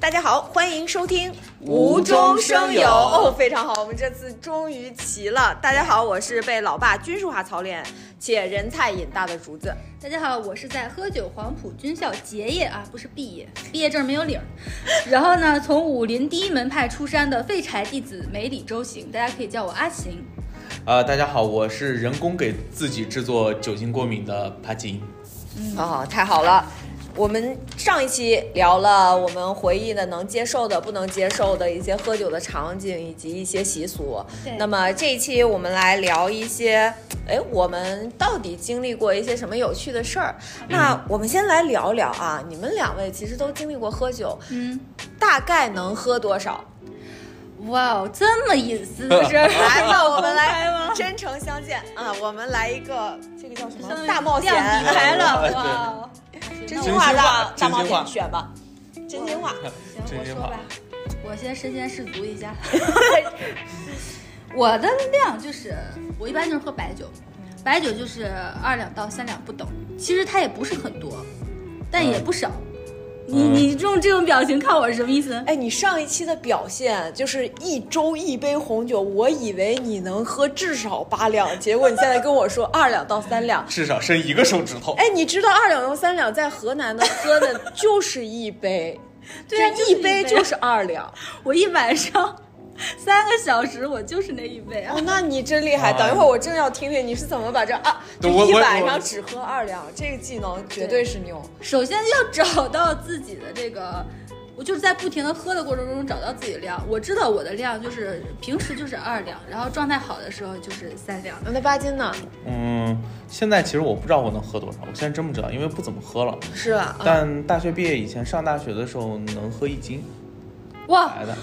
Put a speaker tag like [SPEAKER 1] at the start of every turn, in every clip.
[SPEAKER 1] 大家好，欢迎收听《
[SPEAKER 2] 无中生有
[SPEAKER 1] 哦，非常好，我们这次终于齐了。大家好，我是被老爸军事化操练且人菜瘾大的竹子。
[SPEAKER 3] 大家好，我是在喝酒黄埔军校结业啊，不是毕业，毕业证没有领儿。然后呢，从武林第一门派出山的废柴弟子梅里周行，大家可以叫我阿行。
[SPEAKER 2] 呃，大家好，我是人工给自己制作酒精过敏的帕金。
[SPEAKER 1] 啊、太好了！我们上一期聊了我们回忆的能接受的、不能接受的一些喝酒的场景以及一些习俗
[SPEAKER 3] 对。
[SPEAKER 1] 那么这一期我们来聊一些，哎，我们到底经历过一些什么有趣的事儿？那我们先来聊聊啊，你们两位其实都经历过喝酒，
[SPEAKER 3] 嗯，
[SPEAKER 1] 大概能喝多 少？
[SPEAKER 3] 哇哦，这么隐私的 事儿，
[SPEAKER 1] 来，那我们
[SPEAKER 3] 公开
[SPEAKER 1] 来
[SPEAKER 3] 吗
[SPEAKER 1] 真诚相见啊！我们来一个这个叫什么
[SPEAKER 3] 相当于
[SPEAKER 1] 大冒险？
[SPEAKER 3] 亮 底牌了，
[SPEAKER 2] 对
[SPEAKER 3] 哇哦！
[SPEAKER 1] 真
[SPEAKER 3] 那
[SPEAKER 1] 心
[SPEAKER 3] 我
[SPEAKER 1] 话
[SPEAKER 2] 真心
[SPEAKER 1] 大
[SPEAKER 2] 话
[SPEAKER 1] 大冒
[SPEAKER 2] 真心话嗯
[SPEAKER 1] 险，选吧，真心话。
[SPEAKER 3] 行，
[SPEAKER 2] 真
[SPEAKER 3] 我
[SPEAKER 2] 心
[SPEAKER 3] 说
[SPEAKER 2] 话
[SPEAKER 3] 吧，我先身先士卒一下。 我的量就是，我一般就是喝白酒，白酒就是二两到三两不等。其实它也不是很多，但也不少。
[SPEAKER 2] 嗯
[SPEAKER 3] 你你用这种表情看我是什么意思？
[SPEAKER 1] 哎，你上一期的表现就是一周一杯红酒，我以为你能喝至少八两，结果你现在跟我说 二两到三两。
[SPEAKER 2] 至少伸一个手指头。
[SPEAKER 1] 哎，你知道二两到三两在河南的喝的 就是一杯，
[SPEAKER 3] 对啊
[SPEAKER 1] 就
[SPEAKER 3] 就是一
[SPEAKER 1] 杯
[SPEAKER 3] 杯
[SPEAKER 1] 就是二两。
[SPEAKER 3] 我一晚上 三个小时，我就是那一杯啊
[SPEAKER 1] 哦，。那你真厉害！等一会儿我正要听听你是怎么把这啊，就
[SPEAKER 2] 哎对我
[SPEAKER 1] 一
[SPEAKER 2] 我
[SPEAKER 1] 晚
[SPEAKER 2] 我
[SPEAKER 1] 上只喝二两，这个技能绝对是牛。
[SPEAKER 3] 首先要找到自己的这个，我就是在不停的喝的过程中找到自己的量。我知道我的量就是平时就是二两，然后状态好的时候就是三两。
[SPEAKER 1] 那八斤呢？
[SPEAKER 2] 嗯，现在其实我不知道我能喝多少，我现在真不知道，因为不怎么喝了。
[SPEAKER 1] 是吧？啊，
[SPEAKER 2] 但大学毕业以前上大学的时候能喝一斤哎
[SPEAKER 3] 哇，
[SPEAKER 2] 来的，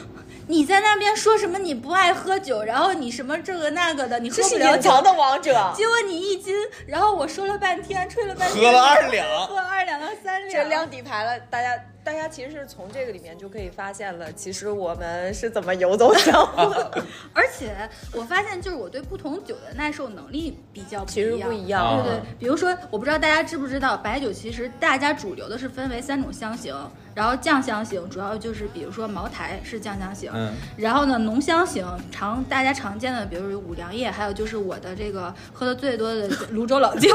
[SPEAKER 3] 你在那边说什么你不爱喝酒，然后你什么这个那个的，你喝
[SPEAKER 1] 这
[SPEAKER 3] 不
[SPEAKER 1] 是
[SPEAKER 3] 了
[SPEAKER 1] 隐
[SPEAKER 3] 酒，
[SPEAKER 1] 藏的王者。
[SPEAKER 3] 结果你一斤，然后我说了半天，吹了半天，
[SPEAKER 2] 喝了二两
[SPEAKER 3] 喝二两到三
[SPEAKER 1] 这
[SPEAKER 3] 两，
[SPEAKER 1] 亮底牌了，大家大家其实是从这个里面就可以发现了，其实我们是怎么游走 江湖
[SPEAKER 2] 啊
[SPEAKER 1] 的，
[SPEAKER 3] 而且我发现就是我对不同酒的耐受能力比较不
[SPEAKER 1] 其实不一
[SPEAKER 3] 样。
[SPEAKER 1] 样。
[SPEAKER 2] 啊
[SPEAKER 3] 对对，比如说，我不知道大家知不知道，白酒其实大家主流的是分为三种香型，然后酱香型主要就是比如说茅台是酱香型，
[SPEAKER 2] 嗯，
[SPEAKER 3] 然后呢，浓香型常大家常见的，比如有五粮液，还有就是我的这个喝的最多的泸州老 窖。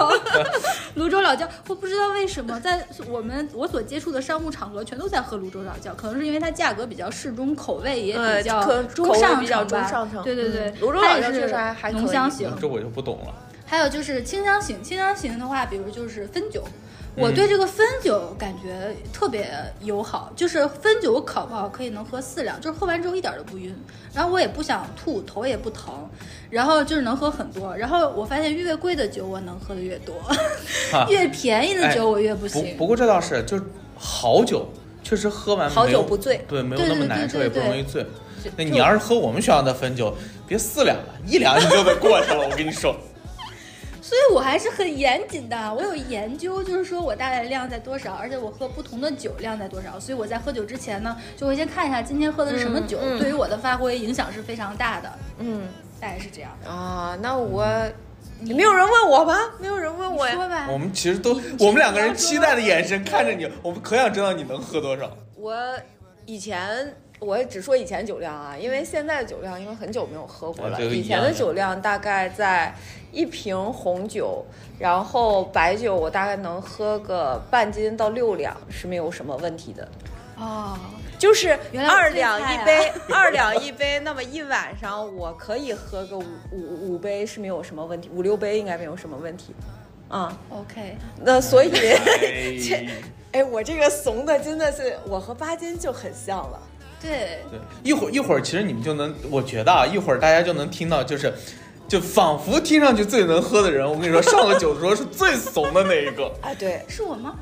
[SPEAKER 3] 泸州老窖，我不知道为什么在我们我所接触的商务场合全都在喝泸州老窖，可能是因为它价格比较适中，口味也
[SPEAKER 1] 呃
[SPEAKER 3] 比较
[SPEAKER 1] 可
[SPEAKER 3] 中上
[SPEAKER 1] 口
[SPEAKER 3] 乘
[SPEAKER 1] 味
[SPEAKER 3] 吧
[SPEAKER 1] 比较中上乘
[SPEAKER 3] 对对对
[SPEAKER 1] 嗯，泸州
[SPEAKER 3] 它
[SPEAKER 1] 老窖
[SPEAKER 3] 也是
[SPEAKER 1] 确实还还可以
[SPEAKER 3] 浓香型，
[SPEAKER 2] 这我就不懂了。
[SPEAKER 3] 还有就是清香型，清香型的话，比如就是汾酒，我对这个汾酒感觉特别友好，就是汾酒我烤不好可以能喝四两，就是喝完之后一点都不晕，然后我也不想吐，头也不疼，然后就是能喝很多。然后我发现越贵的酒我能喝的越多， 越便宜的酒我越不
[SPEAKER 2] 不
[SPEAKER 3] 行。
[SPEAKER 2] 不过这倒是，就是好酒确实喝完
[SPEAKER 1] 好
[SPEAKER 2] 没有
[SPEAKER 1] 酒不醉
[SPEAKER 2] 对，没有那么难受，
[SPEAKER 3] 对对对对
[SPEAKER 2] 也不容易醉
[SPEAKER 3] 对。
[SPEAKER 2] 那你要是喝我们学校的汾酒，别四两了，一两你就得过去了，我跟你说。
[SPEAKER 3] 所以我还是很严谨的，我有研究，就是说我大概量在多少，而且我喝不同的酒量在多少。所以我在喝酒之前呢，就会先看一下今天喝的是什么酒，
[SPEAKER 1] 嗯嗯
[SPEAKER 3] 对于我的发挥影响是非常大的，
[SPEAKER 1] 嗯
[SPEAKER 3] 大概是这样。
[SPEAKER 1] 啊，那我你没有人问我吗？没有人问我呀。
[SPEAKER 3] 说吧
[SPEAKER 2] 我，们其实都
[SPEAKER 3] 你，
[SPEAKER 2] 我们两个人期待的眼神看着你，我们可想知道你能喝多少。
[SPEAKER 1] 我以前我只说以前酒量啊，因为现在的酒量，因为很久没有喝过
[SPEAKER 2] 哎
[SPEAKER 1] 了。
[SPEAKER 2] 这个
[SPEAKER 1] 以
[SPEAKER 2] 一
[SPEAKER 1] 前
[SPEAKER 2] 样的
[SPEAKER 1] 的酒量大概在一瓶红酒，然后白酒我大概能喝个半斤到六两是没有什么问题的。
[SPEAKER 3] 哦，
[SPEAKER 1] 就是
[SPEAKER 3] 原来
[SPEAKER 1] 二
[SPEAKER 3] 是这
[SPEAKER 1] 两
[SPEAKER 3] 菜
[SPEAKER 1] 一
[SPEAKER 3] 啊
[SPEAKER 1] 杯，二两一杯，那么一晚上我可以喝个五五五杯是没有什么问题，五六杯应该没有什么问题，啊、
[SPEAKER 3] OK，
[SPEAKER 1] 那所以，
[SPEAKER 2] 哎
[SPEAKER 1] 这哎，我这个怂的真的是，我和八斤就很像了。
[SPEAKER 3] 对，
[SPEAKER 2] 对，一会儿一会儿，其实你们就能，我觉得啊，一会儿大家就能听到，就是，就仿佛听上去最能喝的人，我跟你说，上了酒桌是最怂的那一个。
[SPEAKER 1] 啊，对
[SPEAKER 3] 是我吗？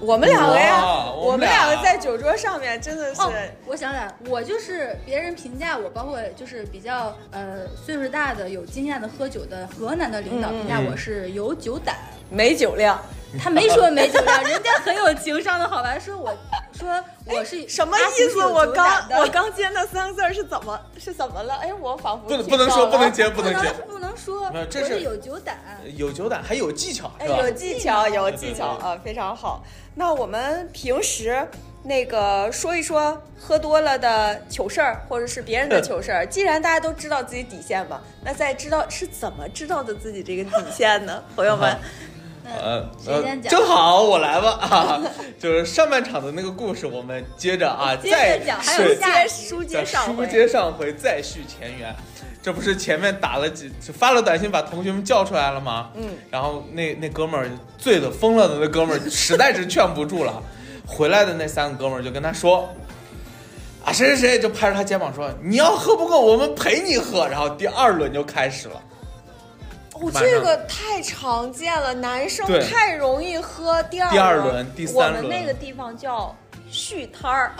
[SPEAKER 1] 我们两个呀，
[SPEAKER 2] 哇
[SPEAKER 1] 我
[SPEAKER 2] 哦我
[SPEAKER 1] 们
[SPEAKER 2] 们俩
[SPEAKER 1] 个在酒桌上面真的是，
[SPEAKER 3] 哦，我想想，我就是别人评价我，包括就是比较呃岁数大的、有经验的喝酒的河南的领导
[SPEAKER 1] 嗯嗯
[SPEAKER 3] 评价
[SPEAKER 2] 嗯
[SPEAKER 3] 我是有酒胆。
[SPEAKER 1] 没酒量，
[SPEAKER 3] 他没说没酒 量，人家很有情商的，好吧？说我说哎我是
[SPEAKER 1] 哎什么
[SPEAKER 3] 阿
[SPEAKER 1] 意
[SPEAKER 3] 信是
[SPEAKER 1] 思？
[SPEAKER 3] 有
[SPEAKER 1] 我
[SPEAKER 3] 酒
[SPEAKER 1] 刚
[SPEAKER 3] 胆的
[SPEAKER 1] 我刚接那三个字儿是怎么是怎么了？哎，我仿佛
[SPEAKER 2] 不能
[SPEAKER 1] 听
[SPEAKER 2] 不能说
[SPEAKER 1] 到
[SPEAKER 2] 不能
[SPEAKER 1] 了
[SPEAKER 2] 接不
[SPEAKER 3] 不
[SPEAKER 2] 能
[SPEAKER 3] 能
[SPEAKER 2] 接，
[SPEAKER 3] 不能说，
[SPEAKER 2] 没有这
[SPEAKER 3] 我
[SPEAKER 2] 是
[SPEAKER 3] 是有酒胆。
[SPEAKER 2] 有酒胆还有技巧
[SPEAKER 1] 哎，
[SPEAKER 2] 是吧
[SPEAKER 1] 有？技巧，有技巧
[SPEAKER 2] 对对对
[SPEAKER 1] 啊，非常好。那我们平时那个说一说喝多了的糗事儿，或者是别人的糗事儿。 既然大家都知道自己底线嘛，那在知道是怎么知道的自己这个底线呢？ 朋友们，
[SPEAKER 2] 呃，
[SPEAKER 3] 谁
[SPEAKER 2] 呃
[SPEAKER 3] 先讲？
[SPEAKER 2] 正好我来吧啊！就是上半场的那个故事，我们接着啊，
[SPEAKER 3] 接着
[SPEAKER 2] 再
[SPEAKER 3] 讲还有
[SPEAKER 2] 水
[SPEAKER 3] 下
[SPEAKER 1] 接书接
[SPEAKER 2] 在
[SPEAKER 1] 上
[SPEAKER 2] 书
[SPEAKER 1] 回，
[SPEAKER 2] 接上回再续前缘。这不是前面打了几发了短信把同学们叫出来了吗？
[SPEAKER 1] 嗯，
[SPEAKER 2] 然后那那哥们儿醉的疯了的那哥们儿实在是劝不住了，回来的那三个哥们儿就跟他说。啊，谁谁谁就拍着他肩膀说：“你要喝不够，我们陪你喝。”然后第二轮就开始了。
[SPEAKER 1] 哦，
[SPEAKER 2] 上
[SPEAKER 1] 这个太常见了，男生
[SPEAKER 2] 对
[SPEAKER 1] 太容易喝第二
[SPEAKER 2] 第二轮第三
[SPEAKER 1] 我们
[SPEAKER 2] 轮
[SPEAKER 1] 那个地方叫续摊儿，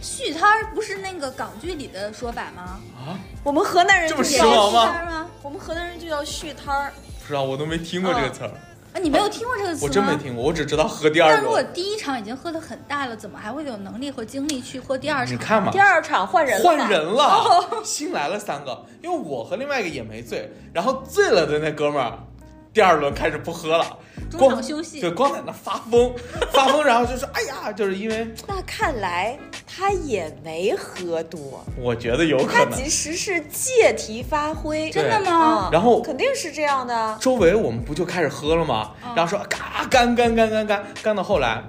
[SPEAKER 3] 续摊儿不是那个港剧里的说法吗？
[SPEAKER 2] 啊，
[SPEAKER 1] 我们河南人
[SPEAKER 2] 这
[SPEAKER 1] 就
[SPEAKER 2] 么
[SPEAKER 1] 叫
[SPEAKER 2] 时髦吗
[SPEAKER 3] 续摊儿吗？
[SPEAKER 1] 我们河南人就叫续摊儿，
[SPEAKER 2] 不知道，我都没听过这个词儿，
[SPEAKER 1] 嗯
[SPEAKER 3] 啊，你没有听过这个词吗？
[SPEAKER 2] 我真没。听过，我只知道喝第二
[SPEAKER 3] 那如果
[SPEAKER 2] 轮。
[SPEAKER 3] 第一场已经喝得很大了，怎么还会有能力和精力去喝第二场？
[SPEAKER 2] 你看嘛
[SPEAKER 1] 第，二场换人了吧
[SPEAKER 2] 换人
[SPEAKER 3] 哦
[SPEAKER 2] 了，新来了三个，因为我和另外一个也没醉，然后醉了的那哥们儿，第二轮开始不喝了，
[SPEAKER 3] 中
[SPEAKER 2] 光
[SPEAKER 3] 场休息
[SPEAKER 2] 对，光在那发 疯，发疯，然后就说，哎呀，就是因为
[SPEAKER 1] 那看来他也没喝多，
[SPEAKER 2] 我觉得有可
[SPEAKER 1] 他
[SPEAKER 2] 能，
[SPEAKER 1] 其实是借题发挥，
[SPEAKER 3] 真的
[SPEAKER 1] 啊
[SPEAKER 3] 吗？，
[SPEAKER 2] 然后
[SPEAKER 1] 肯定是这样的。
[SPEAKER 2] 周围我们不就开始喝了吗？
[SPEAKER 3] 嗯
[SPEAKER 2] 然后说嘎干干干干干干到后来，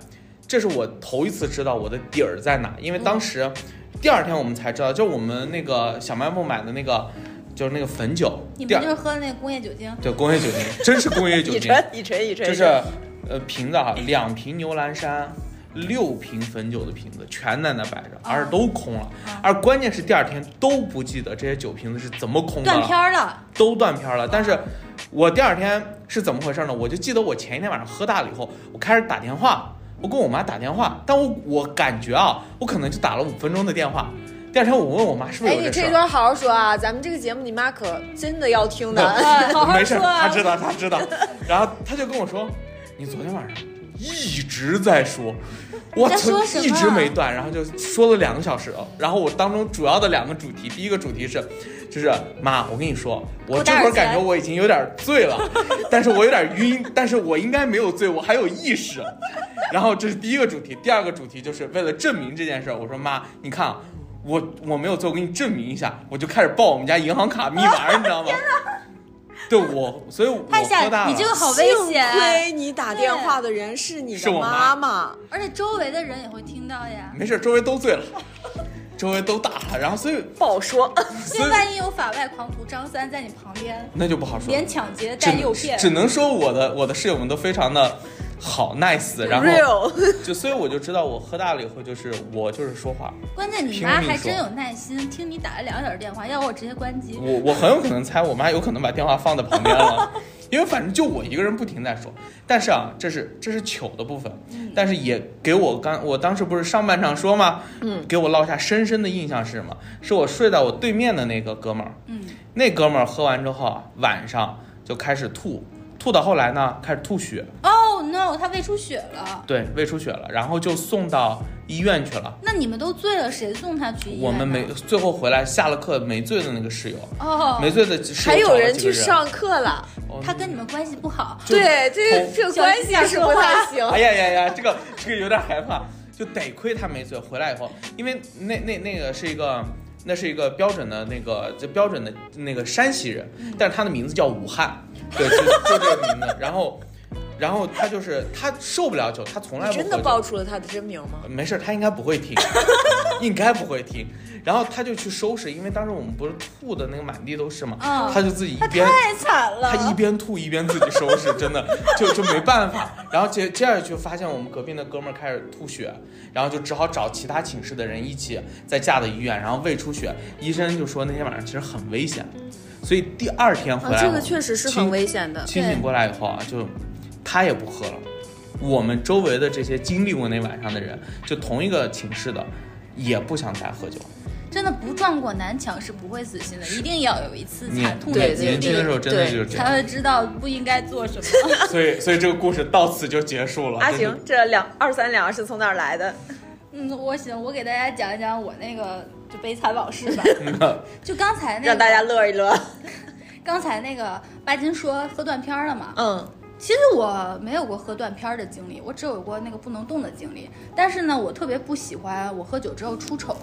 [SPEAKER 2] 这是我头一次知道我的底儿在哪，因为当时
[SPEAKER 3] 嗯
[SPEAKER 2] 第二天我们才知道，就我们那个小卖部买的那个，就是那个汾酒，
[SPEAKER 3] 你
[SPEAKER 2] 第
[SPEAKER 3] 们
[SPEAKER 2] 二嗯
[SPEAKER 3] 就是喝的那个工业酒精，
[SPEAKER 2] 对工业酒精，真是工业酒
[SPEAKER 1] 一
[SPEAKER 2] 精，
[SPEAKER 1] 锤一锤一锤，
[SPEAKER 2] 就是呃瓶子哈，两瓶牛栏山。六瓶汾酒的瓶子全在那摆着，而都空了，
[SPEAKER 3] 嗯
[SPEAKER 2] 而关键是第二天都不记得这些酒瓶子是怎么空的了
[SPEAKER 3] 断。片儿了。
[SPEAKER 2] 都断片儿了。但是我第二天是怎么回事呢？我就记得我前一天晚上喝大了以后，我开始打电话，我跟我妈打电话，但我我感觉啊，我可能就打了五分钟的电话。第二天我问我妈是不是
[SPEAKER 1] 哎，
[SPEAKER 2] 有
[SPEAKER 1] 你
[SPEAKER 2] 这事
[SPEAKER 1] 这
[SPEAKER 2] 儿，
[SPEAKER 1] 段好好说啊，咱们这个节目你妈可真的要听的，
[SPEAKER 3] 哎好好
[SPEAKER 2] 没事儿，
[SPEAKER 3] 说啊
[SPEAKER 2] 她知道她知道。然后她就跟我说，你昨天晚上。一直在说，我
[SPEAKER 3] 在说
[SPEAKER 2] 操，
[SPEAKER 3] 什么啊
[SPEAKER 2] 一直没断，然后就说了两个小时。哦然后我当中主要的两个主题，第一个主题是，就是妈，我跟你说，我
[SPEAKER 3] 裤
[SPEAKER 2] 这
[SPEAKER 3] 带儿
[SPEAKER 2] 会儿感
[SPEAKER 3] 起来
[SPEAKER 2] 觉我已经有点醉了，但是我有点晕，但是我应该没有醉，我还有意识。然后这是第一个主题，第二个主题就是为了证明这件事儿，我说妈，你看啊，我我没有醉，我给你证明一下，我就开始报我们家银行卡密码儿，你知道吗？对我，所以我
[SPEAKER 3] 太吓
[SPEAKER 2] 喝大了。
[SPEAKER 3] 你这个好危险
[SPEAKER 1] 幸亏你打电话的人是你
[SPEAKER 2] 是
[SPEAKER 1] 的
[SPEAKER 2] 我
[SPEAKER 1] 妈
[SPEAKER 2] 妈
[SPEAKER 1] 妈，
[SPEAKER 3] 而且周围的人也会听到呀。
[SPEAKER 2] 没事，周围都醉了，周围都大了，然后所以
[SPEAKER 1] 不好说。
[SPEAKER 2] 所
[SPEAKER 3] 现
[SPEAKER 2] 以
[SPEAKER 3] 在一有法外狂徒张三在你旁边，
[SPEAKER 2] 那就不好说，
[SPEAKER 3] 连抢劫
[SPEAKER 2] 只
[SPEAKER 3] 带诱
[SPEAKER 2] 能
[SPEAKER 3] 骗，
[SPEAKER 2] 只能说我的我的室友们都非常的好 nice，然后
[SPEAKER 1] real，
[SPEAKER 2] 就所以我就知道我喝大了以后就是我就是说话，
[SPEAKER 3] 关键你
[SPEAKER 2] 凭
[SPEAKER 3] 妈
[SPEAKER 2] 你
[SPEAKER 3] 还
[SPEAKER 2] 说
[SPEAKER 3] 真有耐心，听你打了两个小时电话，要我直接关机。
[SPEAKER 2] 我我很有可能猜我妈有可能把电话放在旁边了，因为反正就我一个人不停在说。但是啊，这是这是糗的部分，
[SPEAKER 1] 嗯
[SPEAKER 2] 但是也给我刚我当时不是上半场说吗？
[SPEAKER 1] 嗯，
[SPEAKER 2] 给我落下深深的印象是什么？是我睡在我对面的那个哥们儿，
[SPEAKER 3] 嗯，
[SPEAKER 2] 那哥们儿喝完之后啊，晚上就开始吐，吐到后来呢开始吐血，
[SPEAKER 3] 哦、no，他胃出血了。
[SPEAKER 2] 对，胃出血了，然后就送到医院去了。
[SPEAKER 3] 那你们都醉了，谁送他去医院啊呢？
[SPEAKER 2] 我们
[SPEAKER 1] 啊
[SPEAKER 2] 没最后回来下了课没醉的那个室友，
[SPEAKER 3] 哦，
[SPEAKER 2] 没醉的室友
[SPEAKER 1] 还
[SPEAKER 2] 找
[SPEAKER 1] 有
[SPEAKER 2] 了
[SPEAKER 1] 人
[SPEAKER 2] 几
[SPEAKER 1] 去
[SPEAKER 2] 个
[SPEAKER 1] 上课了，
[SPEAKER 2] 哦
[SPEAKER 3] 他跟你们关系不好。
[SPEAKER 2] 就
[SPEAKER 1] 对，这
[SPEAKER 2] 同
[SPEAKER 1] 这关系是不太行。
[SPEAKER 2] 哎呀呀呀，这个这个有点害怕，就得亏他没醉。回来以后，因为那那那个是一个。那是一个标准的那个，就标准的那个山西人，
[SPEAKER 1] 嗯
[SPEAKER 2] 但是他的名字叫武汉，对，就就这个名字。然后，然后他就是他受不了酒，他从来
[SPEAKER 1] 你
[SPEAKER 2] 不
[SPEAKER 1] 真的
[SPEAKER 2] 喝酒
[SPEAKER 1] 报出了他的真名吗？
[SPEAKER 2] 没事儿，他应该不会听， 应该不会听。然后他就去收拾，因为当时我们不是吐的那个满地都是嘛，
[SPEAKER 3] 嗯
[SPEAKER 2] 他就自己一
[SPEAKER 3] 他
[SPEAKER 2] 边
[SPEAKER 3] 太惨了，
[SPEAKER 2] 他一
[SPEAKER 1] 嗯
[SPEAKER 2] 边吐一边自己收拾，真的就就没办法。然后接接着就发现我们隔壁那哥们儿开始吐血，然后就只好找其他寝室的人一起再架到医院，然后胃出血，医生就说那天晚上其实很危险，所以第二天回来、
[SPEAKER 1] 啊这个确实是很
[SPEAKER 2] 清
[SPEAKER 1] 危险的。
[SPEAKER 2] 清醒过来以后啊，就他也不喝了。我们周围的这些经历过那晚上的人，就同一个寝室的，也不想再喝酒。
[SPEAKER 3] 真的不撞过南墙是不会死心的，一定要有一次
[SPEAKER 2] 年
[SPEAKER 3] 惨痛的
[SPEAKER 2] 年
[SPEAKER 3] 经
[SPEAKER 2] 年轻的时
[SPEAKER 3] 历，
[SPEAKER 2] 候真的就是这
[SPEAKER 3] 才
[SPEAKER 2] 样，
[SPEAKER 3] 会知道不应该做什么。
[SPEAKER 2] 所以所以这个故事到此就结束了。
[SPEAKER 1] 阿
[SPEAKER 2] 真的
[SPEAKER 1] 啊行，这两二三两是从哪儿来的？
[SPEAKER 3] 嗯，我行，我给大家讲一讲我那个就悲惨往 事吧。就刚
[SPEAKER 1] 哎
[SPEAKER 3] 才那个，
[SPEAKER 1] 让大家乐一乐。
[SPEAKER 3] 刚才那个巴金说喝断片儿了嘛，
[SPEAKER 1] 嗯，
[SPEAKER 3] 其实我没有过喝断片儿的经历，我只有过那个不能动的经历。但是呢，我特别不喜欢我喝酒之后出丑，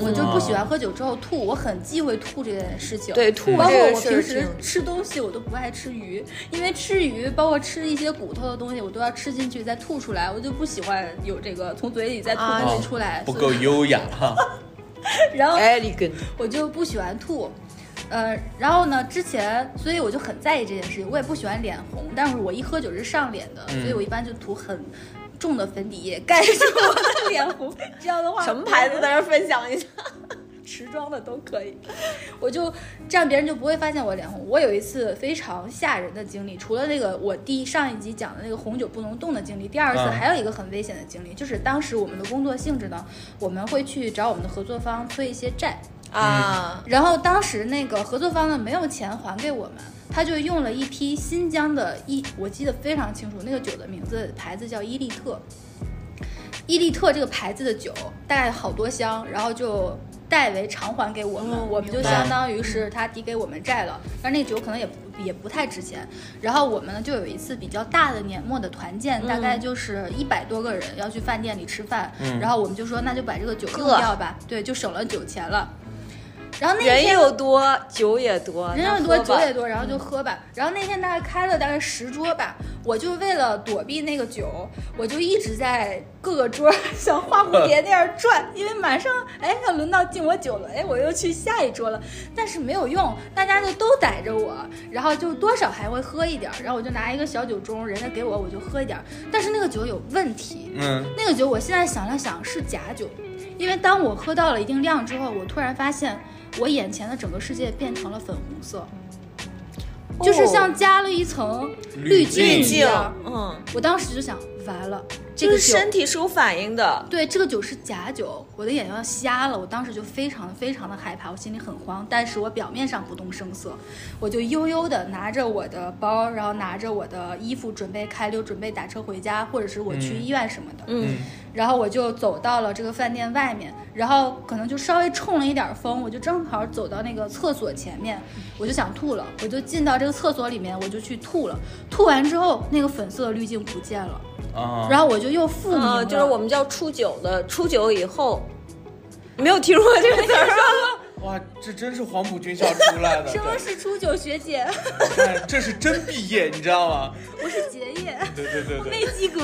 [SPEAKER 3] 我就不喜欢喝酒之后吐，我很忌讳吐这件事情。
[SPEAKER 1] 对，吐
[SPEAKER 3] 包括
[SPEAKER 1] 这个
[SPEAKER 3] 我
[SPEAKER 1] 事
[SPEAKER 3] 平
[SPEAKER 1] 情
[SPEAKER 3] 时吃东西，我都不爱吃鱼，因为吃鱼，包括吃一些骨头的东西，我都要吃进去再吐出来，我就不喜欢有这个从嘴里再吐
[SPEAKER 1] 啊
[SPEAKER 3] 东
[SPEAKER 2] 哦
[SPEAKER 3] 西出来，
[SPEAKER 2] 不
[SPEAKER 3] 所以
[SPEAKER 2] 够优雅哈。
[SPEAKER 3] 然后
[SPEAKER 1] 嗯 elegant，
[SPEAKER 3] 我就不喜欢吐。呃，然后呢，之前所以我就很在意这件事情，我也不喜欢脸红，但是我一喝酒是上脸的，
[SPEAKER 2] 嗯
[SPEAKER 3] 所以我一般就涂很重的粉底液盖住我的脸红。这样的话，
[SPEAKER 1] 什么牌子的？在这分享一 下？
[SPEAKER 3] 时装的都可以。我就这样，别人就不会发现我脸红。我有一次非常吓人的经历，除了那个我第一上一集讲的那个红酒不能动的经历，第二次
[SPEAKER 2] 嗯
[SPEAKER 3] 还有一个很危险的经历，就是当时我们的工作性质呢，我们会去找我们的合作方催一些债。
[SPEAKER 1] 啊，
[SPEAKER 3] 然后当时那个合作方呢没有钱还给我们，他就用了一批新疆的伊，我记得非常清楚，那个酒的名字牌子叫伊利特。伊利特这个牌子的酒大概好多箱，然后就代为偿还给我们，
[SPEAKER 1] 哦
[SPEAKER 3] 我们就
[SPEAKER 1] 明
[SPEAKER 2] 白
[SPEAKER 3] 相当于是他抵给我们债了，但那酒可能也不也不太值钱。然后我们呢就有一次比较大的年末的团建，
[SPEAKER 1] 嗯
[SPEAKER 3] 大概就是一百多个人要去饭店里吃饭，
[SPEAKER 2] 嗯
[SPEAKER 3] 然后我们就说那就把这个酒用
[SPEAKER 1] 呵
[SPEAKER 3] 掉吧，对，就省了酒钱了。然后那
[SPEAKER 1] 人
[SPEAKER 3] 天
[SPEAKER 1] 又多，酒也多，
[SPEAKER 3] 人又
[SPEAKER 1] 那
[SPEAKER 3] 多，
[SPEAKER 1] 喝
[SPEAKER 3] 酒
[SPEAKER 1] 吧
[SPEAKER 3] 也多，然后就喝吧。然后那天大概开了大概十桌吧，我就为了躲避那个酒，我就一直在各个桌儿 像画蝴蝶那样转，因为马上哎要轮到敬我酒了，哎我又去下一桌了，但是没有用，大家就都逮着我，然后就多少还会喝一点儿，然后我就拿一个小酒盅，人家给我我就喝一点儿，但是那个酒有问题，
[SPEAKER 2] 嗯，
[SPEAKER 3] 那个酒我现在想了想是假酒，因为当我喝到了一定量之后，我突然发现我眼前的整个世界变成了粉红色，就是像加了一层
[SPEAKER 2] 哦滤
[SPEAKER 3] 镜
[SPEAKER 2] 镜
[SPEAKER 3] 一
[SPEAKER 1] 静
[SPEAKER 3] 样。，
[SPEAKER 1] 嗯，
[SPEAKER 3] 我当时就想，完了，这
[SPEAKER 1] 就
[SPEAKER 3] 个
[SPEAKER 1] 是
[SPEAKER 3] 酒。
[SPEAKER 1] 身体是有反应的，
[SPEAKER 3] 对，这个酒是假酒，我的眼睛要瞎了。我当时就非常非常的害怕，我心里很慌，但是我表面上不动声色，我就悠悠的拿着我的包，然后拿着我的衣服准备开溜，准备打车回家，或者是我去
[SPEAKER 2] 嗯
[SPEAKER 3] 医院什么的。
[SPEAKER 1] 嗯，
[SPEAKER 3] 然后我就走到了这个饭店外面，然后可能就稍微冲了一点风，我就正好走到那个厕所前面，我就想吐了，我就进到这个厕所里面，我就去吐了。吐完之后，那个粉色的滤镜不见了，
[SPEAKER 2] 啊，
[SPEAKER 3] 然后我就又复明了，
[SPEAKER 1] 嗯，就是我们叫出酒的，出酒以后没有听说 过这个词儿啊，
[SPEAKER 2] 哇，这真是黄埔军校出来的，
[SPEAKER 3] 什么是初九学姐，
[SPEAKER 2] 对你看这是真毕业，你知道吗？
[SPEAKER 3] 我是结业，
[SPEAKER 2] 对对对对，
[SPEAKER 3] 没及格。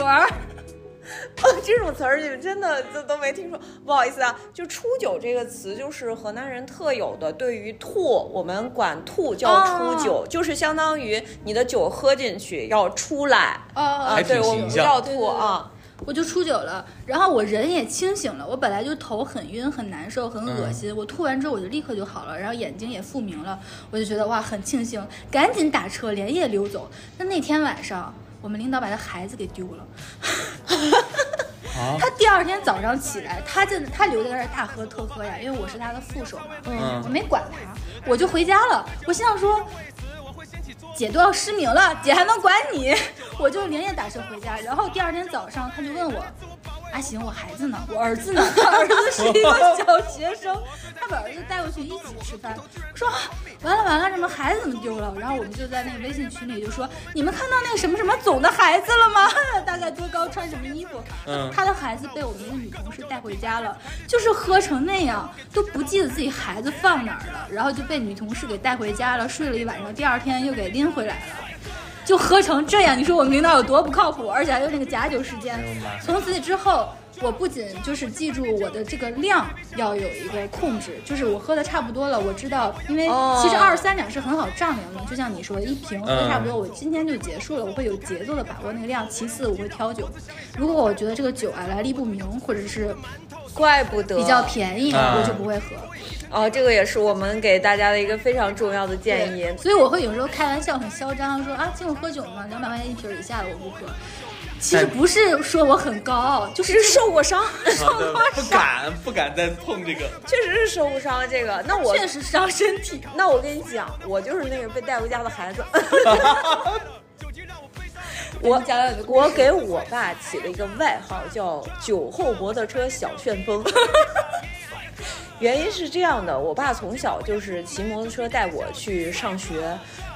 [SPEAKER 1] 哦，这种词儿你们真的这都没听说，不好意思啊，就出酒这个词就是河南人特有的，对于吐，我们管吐叫
[SPEAKER 3] 哦
[SPEAKER 1] 出酒，就是相当于你的酒喝进去要出来。
[SPEAKER 3] 哦
[SPEAKER 1] 啊，
[SPEAKER 2] 还挺
[SPEAKER 1] 对，我
[SPEAKER 2] 形
[SPEAKER 1] 们不
[SPEAKER 2] 象
[SPEAKER 1] 要
[SPEAKER 3] 对对
[SPEAKER 1] 吐啊，
[SPEAKER 3] 我就出酒了，然后我人也清醒了。我本来就头很晕、很难受、很恶心，我吐完之后我就立刻就好了，然后眼睛也复明了，我就觉得哇很庆幸，赶紧打车连夜溜走。那那天晚上，我们领导把他孩子给丢了，
[SPEAKER 2] 啊，
[SPEAKER 3] 他第二天早上起来，他就他留在那儿大喝特喝呀，因为我是他的副手嘛，
[SPEAKER 2] 嗯
[SPEAKER 3] 我没管他，我就回家了。我心想说，姐都要失明了，姐还能管你？ 我就连夜打车回家。然后第二天早上，他就问我，阿啊行，我孩子呢？我儿子呢？ 他儿子是一个小学生，他把儿子带过去一起吃饭。我说、啊完了完了，怎么孩子怎么丢了？然后我们就在那个微信群里就说，你们看到那个什么什么总的孩子了吗？ 大概多高，穿什么衣服？
[SPEAKER 2] 嗯
[SPEAKER 3] 他的孩子被我们一个女同事带回家了，就是喝成那样，都不记得自己孩子放哪儿了，然后就被女同事给带回家了，睡了一晚上，第二天又给拎回来了。就喝成这样，你说我们领导有多不靠谱？而且还有那个假酒事件
[SPEAKER 2] 哎呦妈呀。
[SPEAKER 3] 从此之后，我不仅就是记住我的这个量要有一个控制，就是我喝的差不多了，我知道，因为
[SPEAKER 1] 哦
[SPEAKER 3] 其实二十三两是很好丈量的，就像你说的，一瓶喝
[SPEAKER 2] 嗯
[SPEAKER 3] 差不多，我今天就结束了，我会有节奏的把握那个量。其次，我会挑酒，如果我觉得这个酒啊来历不明，或者是
[SPEAKER 1] 怪不得
[SPEAKER 3] 比较便宜，
[SPEAKER 2] 啊
[SPEAKER 3] 我就不会喝。
[SPEAKER 1] 哦，这个也是我们给大家的一个非常重要的建议
[SPEAKER 3] 对，。所以我会有时候开玩笑很嚣张，说啊，请我喝酒吗？两百块钱一瓶以下的我不喝。其实
[SPEAKER 2] 但
[SPEAKER 3] 不是说我很高傲，就是
[SPEAKER 1] 是受过伤，
[SPEAKER 2] 好的，啊不敢不敢再碰这个，
[SPEAKER 1] 确实是受过伤。这个，那我
[SPEAKER 3] 确实伤身体。
[SPEAKER 1] 那我跟你讲，我就是那个被带回家的孩子。我
[SPEAKER 3] 讲讲你的故事
[SPEAKER 1] 我给我爸 起了一个外号叫“酒后摩托车小旋风”，原因是这样的，我爸从小就是骑摩托车带我去上学，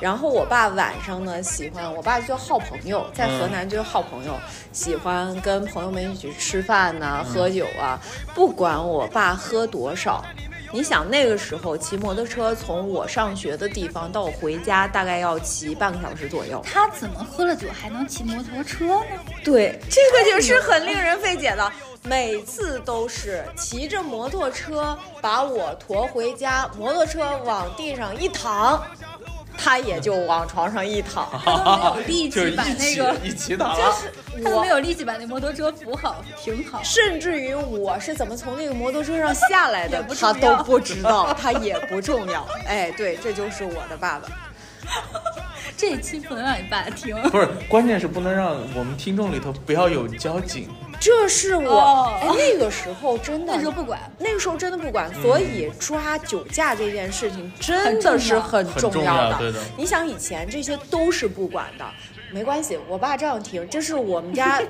[SPEAKER 1] 然后我爸晚上呢喜欢，我爸就好朋友，在河
[SPEAKER 3] 嗯
[SPEAKER 1] 南就是好朋友，喜欢跟朋友们一起吃饭
[SPEAKER 3] 嗯
[SPEAKER 1] 呐、喝酒啊，不管我爸喝多少。你想那个时候骑摩托车从我上学的地方到我回家，大概要骑半个小时左右。
[SPEAKER 3] 他怎么喝了酒还能骑摩托车呢？
[SPEAKER 1] 对，这个就是很令人费解的。 每次都是骑着摩托车把我驮回家，摩托车往地上一躺，他也就往床上一躺。
[SPEAKER 3] 他都没有 力
[SPEAKER 2] 就是
[SPEAKER 3] 气把
[SPEAKER 2] 一
[SPEAKER 3] 那
[SPEAKER 2] 起
[SPEAKER 3] 个，
[SPEAKER 2] 一起打
[SPEAKER 3] 就
[SPEAKER 2] 了，
[SPEAKER 3] 是他都没有力气把那摩托车扶好停好。
[SPEAKER 1] 甚至于我是怎么从那个摩托车上下来的
[SPEAKER 3] 也，不重
[SPEAKER 1] 他
[SPEAKER 3] 要
[SPEAKER 1] 都不知 道，他也不重要。哎，对，这就是我的爸爸。
[SPEAKER 3] 这一期不能让你爸听。
[SPEAKER 2] 不是，关键是不能让我们听众里头不要有交警。
[SPEAKER 1] 这是我、
[SPEAKER 3] 哦
[SPEAKER 1] 哎，那个时候真的
[SPEAKER 3] 那时候不管，
[SPEAKER 1] 那个时候真的不管，所以抓酒驾这件事情真的是很重
[SPEAKER 2] 很重要
[SPEAKER 1] 的。
[SPEAKER 2] 对的
[SPEAKER 1] 你想以前这些都是不管的，没关系，我爸这样听，这是我们 家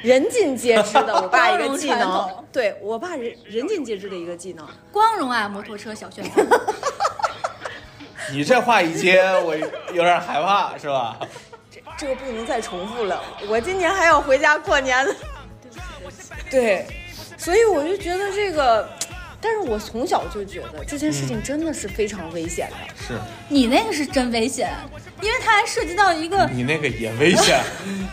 [SPEAKER 1] 人尽皆知的，我爸一个技
[SPEAKER 3] 包容传
[SPEAKER 1] 能
[SPEAKER 3] 统，
[SPEAKER 1] 对我爸人人尽皆知的一个技能。
[SPEAKER 3] 光荣啊，摩托车小旋风。
[SPEAKER 2] 你这话一接，我有点害怕，是吧？
[SPEAKER 1] 这这个不能再重复了，我今年还要回家过年呢。对，所以我就觉得这个，但是我从小就觉得这件事
[SPEAKER 2] 嗯
[SPEAKER 1] 情真的是非常危险的。
[SPEAKER 2] 是
[SPEAKER 3] 你那个是真危险，因为它还涉及到一个
[SPEAKER 2] 你那个也危险，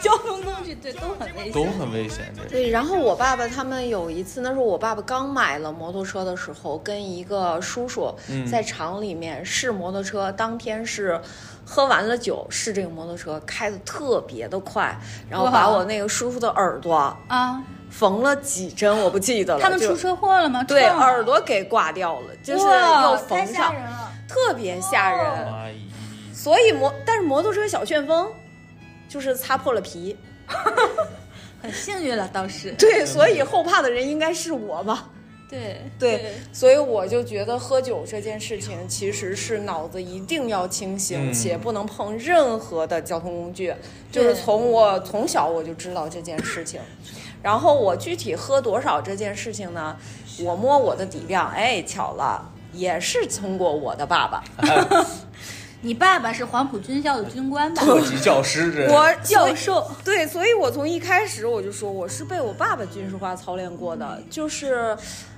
[SPEAKER 3] 交通工具，对，都很危
[SPEAKER 2] 都
[SPEAKER 3] 险。
[SPEAKER 2] 很危险。这
[SPEAKER 1] 对，然后我爸爸他们有一次，那时候我爸爸刚买了摩托车的时候，跟一个叔叔
[SPEAKER 2] 嗯
[SPEAKER 1] 在厂里面试摩托车，当天是喝完了酒试这个摩托车，开的特别的快，然后
[SPEAKER 3] 哇
[SPEAKER 1] 把我那个叔叔的耳朵
[SPEAKER 3] 啊，
[SPEAKER 1] 缝了几针，我不记得了。
[SPEAKER 3] 他们
[SPEAKER 1] 就
[SPEAKER 3] 出车祸了吗？
[SPEAKER 1] 对
[SPEAKER 3] 撞了
[SPEAKER 1] 耳朵给挂掉了，就是
[SPEAKER 3] 哇
[SPEAKER 1] 又
[SPEAKER 3] 太
[SPEAKER 1] 缝
[SPEAKER 3] 吓
[SPEAKER 1] 上，
[SPEAKER 3] 人了。哦
[SPEAKER 1] 特别吓人。
[SPEAKER 2] 哎呀
[SPEAKER 1] 所以摩，但是摩托车小旋风就是擦破了皮，
[SPEAKER 3] 很幸运了，倒是。
[SPEAKER 1] 对，所以后怕的人应该是我吧。
[SPEAKER 3] 对
[SPEAKER 1] 对，所以我就觉得喝酒这件事情其实是脑子一定要清醒，
[SPEAKER 2] 嗯
[SPEAKER 1] 且不能碰任何的交通工具。就是
[SPEAKER 3] 对
[SPEAKER 1] 从我从小我就知道这件事情，然后我具体喝多少这件事情呢，我摸我的底量，哎，巧了，也是通过我的爸爸，
[SPEAKER 3] 你爸爸是黄埔军校的军官吧？
[SPEAKER 2] 特级教师这
[SPEAKER 1] 我
[SPEAKER 3] 教授。
[SPEAKER 1] 对，所以我从一开始我就说我是被我爸爸军事化操练过的，就是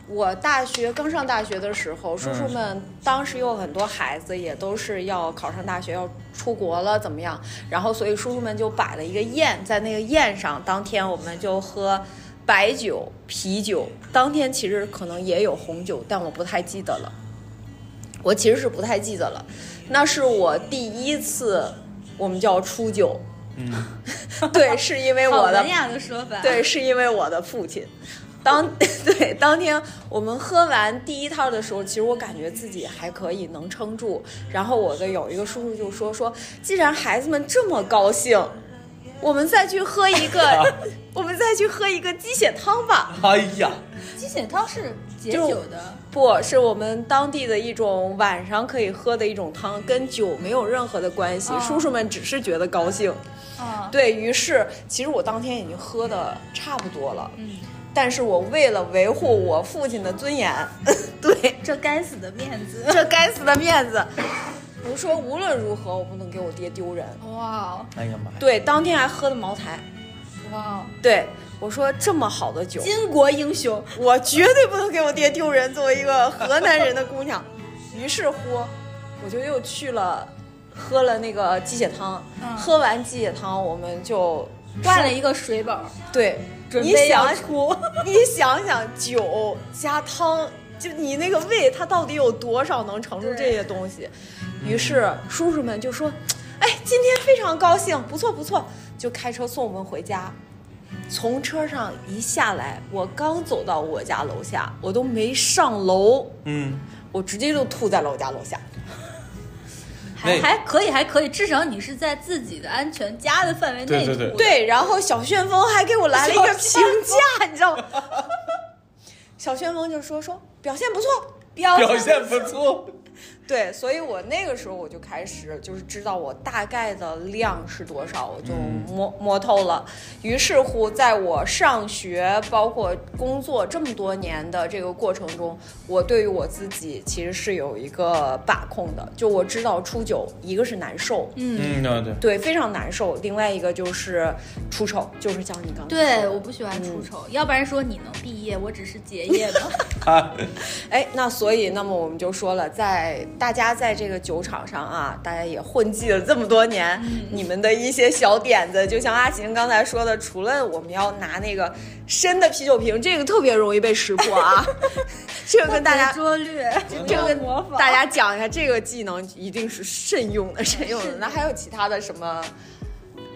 [SPEAKER 1] 我大学刚上大学的时候，叔叔们当时有很多孩子也都是要考上大学，要出国了怎么样？然后所以叔叔们就摆了一个宴，在那个宴上，当天我们就喝。白酒、啤酒，当天其实可能也有红酒，但我不太记得了。我其实是不太记得了，那是我第一次，我们叫初酒，
[SPEAKER 2] 嗯，
[SPEAKER 1] 对，是因为
[SPEAKER 3] 好
[SPEAKER 1] 我的
[SPEAKER 3] 文雅的说法。
[SPEAKER 1] 对，，是因为我的父亲。当 对当天我们喝完第一套的时候，其实我感觉自己还可以能撑住。然后我的有一个叔叔就说说，既然孩子们这么高兴，我们再去喝一个，我们再去喝一个鸡血汤吧。
[SPEAKER 2] 哎呀，
[SPEAKER 3] 鸡血汤是解酒的。
[SPEAKER 1] 不是我们当地的一种晚上可以喝的一种汤，跟酒没有任何的关系。
[SPEAKER 3] 哦
[SPEAKER 1] 叔叔们只是觉得高兴。
[SPEAKER 3] 啊，
[SPEAKER 1] 对于是，其实我当天已经喝的差不多了。
[SPEAKER 3] 嗯，
[SPEAKER 1] 但是我为了维护我父亲的尊严， 对
[SPEAKER 3] 这该死的面子。
[SPEAKER 1] 这该死的面子，我说无论如何我不能给我爹丢人。哦
[SPEAKER 3] 哇
[SPEAKER 2] 哎呀妈呀！
[SPEAKER 1] 对，当天还喝的茅台，
[SPEAKER 3] 哇，
[SPEAKER 1] 对我说这么好的酒，
[SPEAKER 3] 巾帼英雄。
[SPEAKER 1] 我绝对不能给我爹丢人。作为一个河南人的姑娘，于是乎，我就又去了，喝了那个鸡血汤。
[SPEAKER 3] 嗯
[SPEAKER 1] 喝完鸡血汤，我们就
[SPEAKER 3] 挂了一个水宝，
[SPEAKER 1] 对，
[SPEAKER 3] 准
[SPEAKER 1] 你
[SPEAKER 3] 备
[SPEAKER 1] 想
[SPEAKER 3] 要出。
[SPEAKER 1] 你想想，酒加汤，就你那个胃，它到底有多少能承住这些东西？于是
[SPEAKER 3] 嗯
[SPEAKER 1] 叔叔们就说：“哎，今天非常高兴，不错不错。”就开车送我们回家。从车上一下来，我刚走到我家楼下，我都没上楼，
[SPEAKER 2] 嗯，
[SPEAKER 1] 我直接就吐在了我家楼下。
[SPEAKER 3] 还
[SPEAKER 2] 那
[SPEAKER 3] 还可以，还可以，至少你是在自己的安全家的范围内
[SPEAKER 2] 对对对
[SPEAKER 3] 涂的，
[SPEAKER 1] 对，然后小旋风还给我来了一个评
[SPEAKER 3] 小旋
[SPEAKER 1] 价，你知道吗？ 小旋风就说说表现不错，
[SPEAKER 3] 表
[SPEAKER 2] 表现不错，
[SPEAKER 1] 对，所以我那个时候我就开始就是知道我大概的量是多少，我就
[SPEAKER 3] 嗯
[SPEAKER 1] 摸摸透了。于是乎，在我上学包括工作这么多年的这个过程中，我对于我自己其实是有一个把控的，就我知道初九一个是难受，
[SPEAKER 3] 嗯，
[SPEAKER 2] 嗯，对
[SPEAKER 1] 对，
[SPEAKER 2] 对，
[SPEAKER 1] 非常难受；另外一个就是出丑，就是像你刚才
[SPEAKER 3] 对，
[SPEAKER 1] 说的
[SPEAKER 3] 我不喜欢出丑，要不然说你能毕业，我只是结 业吧。
[SPEAKER 2] 啊，
[SPEAKER 1] 哎，那所以，那么我们就说了，在大家在这个酒场上啊，大家也混迹了这么多年，
[SPEAKER 3] 嗯
[SPEAKER 1] 你们的一些小点子，就像阿行刚才说的，除了我们要拿那个深的啤酒瓶，这个特别容易被识破 啊，这个跟大家。
[SPEAKER 3] 拙劣，
[SPEAKER 1] 这个跟
[SPEAKER 3] 模 仿
[SPEAKER 1] 大家讲一下，这个技能一定是慎用的，慎用的。那还有其他的什么，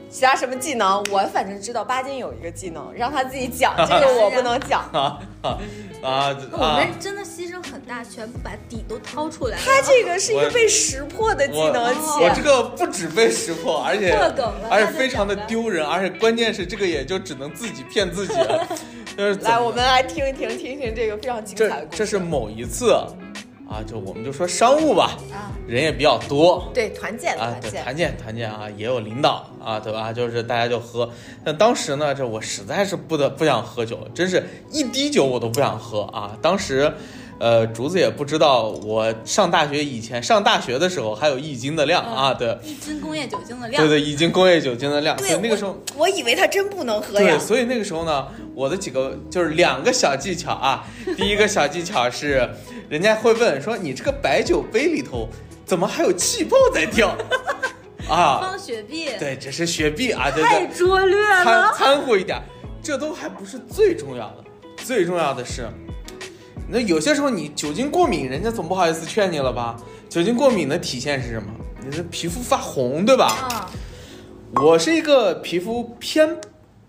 [SPEAKER 1] 其他什么技能？我反正知道巴金有一个技能，让他自己讲，这个我不能 讲。
[SPEAKER 2] 啊啊啊！
[SPEAKER 3] 我们真的牺牲很大，全部把底都掏出来了。
[SPEAKER 1] 他这个是一个被识破的技能，
[SPEAKER 3] 我
[SPEAKER 1] 且
[SPEAKER 2] 我这个不止被识破，而且
[SPEAKER 3] 破梗了
[SPEAKER 2] 而且非常的丢人，而且关键是这个也就只能自己骗自己了。 就是怎么
[SPEAKER 1] 来，我们来听一听，听一听这个非常精
[SPEAKER 2] 这
[SPEAKER 1] 彩的故事。
[SPEAKER 2] 这是某一次啊，就我们就说商务吧，
[SPEAKER 3] 啊，
[SPEAKER 2] 人也比较多。
[SPEAKER 1] 对团建，
[SPEAKER 2] 啊，
[SPEAKER 1] 团
[SPEAKER 2] 对，
[SPEAKER 1] 建，
[SPEAKER 2] 团建团建啊，也有领导啊，对吧？就是大家就喝，但当时呢，这我实在是不得不想喝酒，真是一滴酒我都不想喝啊。当时，呃，竹子也不知道我上大学以前，上大学的时候还有一斤的量啊，对，
[SPEAKER 3] 一斤工业酒精的量。
[SPEAKER 2] 对对，已经工业酒精的量，所
[SPEAKER 1] 对
[SPEAKER 2] 以那个时候，
[SPEAKER 1] 我我以为他真不能喝呀
[SPEAKER 2] 对，。所以那个时候呢，我的几个就是两个小技巧啊。第一个小技巧是，人家会问说你这个白酒杯里头怎么还有气泡在掉啊？
[SPEAKER 3] 放雪碧，
[SPEAKER 2] 对，这是雪碧啊，对
[SPEAKER 3] 太
[SPEAKER 2] 对，
[SPEAKER 3] 拙劣
[SPEAKER 2] 掺
[SPEAKER 3] 了。
[SPEAKER 2] 掺和一点，这都还不是最重要的，最重要的是。那有些时候你酒精过敏，人家总不好意思劝你了吧？酒精过敏的体现是什么？你的皮肤发红，对吧？
[SPEAKER 3] 啊，
[SPEAKER 2] 我是一个皮肤偏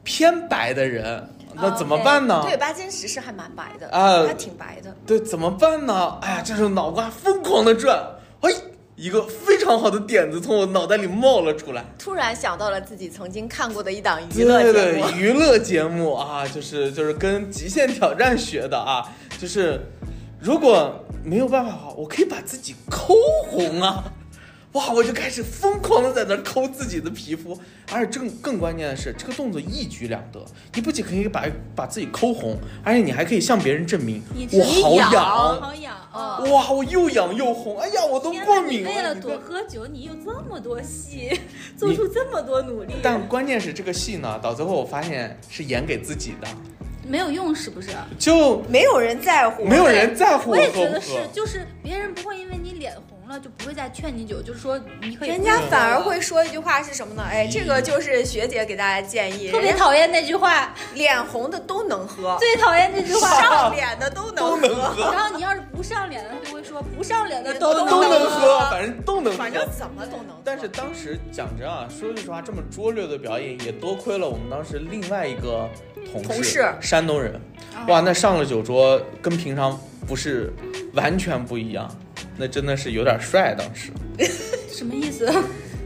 [SPEAKER 2] 偏白的人，那怎么办呢？
[SPEAKER 1] 对，巴金石是还蛮白的，
[SPEAKER 2] 啊
[SPEAKER 1] 他挺白的。
[SPEAKER 2] 对怎么办呢？哎呀，这时候脑瓜疯狂的转，哎，一个非常好的点子从我脑袋里冒了出来。
[SPEAKER 1] 突然想到了自己曾经看过的一档娱
[SPEAKER 2] 对
[SPEAKER 1] 乐
[SPEAKER 2] 对
[SPEAKER 1] 节目，
[SPEAKER 2] 对，娱乐节目啊，就是就是跟《极限挑战》学的啊，就是如果没有办法的话，我可以把自己抠红啊。 哇！我就开始疯狂的在那儿抠自己的皮肤，而且更更关键的是，这个动作一举两得，你不仅可以把把自己抠红，而且你还可以向别人证明
[SPEAKER 3] 你
[SPEAKER 2] 我
[SPEAKER 3] 你
[SPEAKER 2] 好
[SPEAKER 3] 痒，
[SPEAKER 2] 痒，
[SPEAKER 3] 好痒
[SPEAKER 1] 哦
[SPEAKER 3] 哦。
[SPEAKER 2] 哇，我又痒又红，哎呀，我都
[SPEAKER 3] 天
[SPEAKER 2] 过
[SPEAKER 3] 哪你
[SPEAKER 2] 敏
[SPEAKER 3] 为了
[SPEAKER 2] 你
[SPEAKER 3] 多
[SPEAKER 2] 看
[SPEAKER 3] 喝酒，你有这么多戏，做出这么多努力，
[SPEAKER 2] 但关键是这个戏呢，到最后我发现是演给自己的，
[SPEAKER 3] 没有用，是不是？
[SPEAKER 2] 就
[SPEAKER 1] 没有人在乎，
[SPEAKER 2] 没有人在乎
[SPEAKER 3] 我也
[SPEAKER 2] 喝
[SPEAKER 3] 觉
[SPEAKER 2] 不
[SPEAKER 3] 得是
[SPEAKER 2] 喝，。
[SPEAKER 3] 就是别人不会因为你脸红了就不会再劝你酒，就是说你可以。
[SPEAKER 1] 人家反而会说一句话是什么呢？哎，这
[SPEAKER 2] 嗯
[SPEAKER 1] 个就是学姐给大家建议，
[SPEAKER 3] 特别讨厌那句话，
[SPEAKER 1] 人家脸红的都能喝，
[SPEAKER 3] 最讨厌那句话。
[SPEAKER 1] 上脸的都
[SPEAKER 2] 都
[SPEAKER 1] 能
[SPEAKER 2] 能
[SPEAKER 1] 喝，
[SPEAKER 2] 喝，
[SPEAKER 3] 然后你要是不上脸的，就会说不上脸的
[SPEAKER 1] 都
[SPEAKER 2] 都
[SPEAKER 3] 能
[SPEAKER 2] 能
[SPEAKER 1] 喝
[SPEAKER 2] 喝，反正都能喝。
[SPEAKER 1] 反正怎么都能喝。
[SPEAKER 2] 但是当时讲真啊，说句实话，这么拙劣的表演也多亏了我们当时另外一个同事，
[SPEAKER 1] 同事
[SPEAKER 2] 山东人，
[SPEAKER 3] 哦
[SPEAKER 2] 哇，那上了酒桌跟平常不是完全不一样，那真的是有点帅。当时，
[SPEAKER 3] 哦什么意思？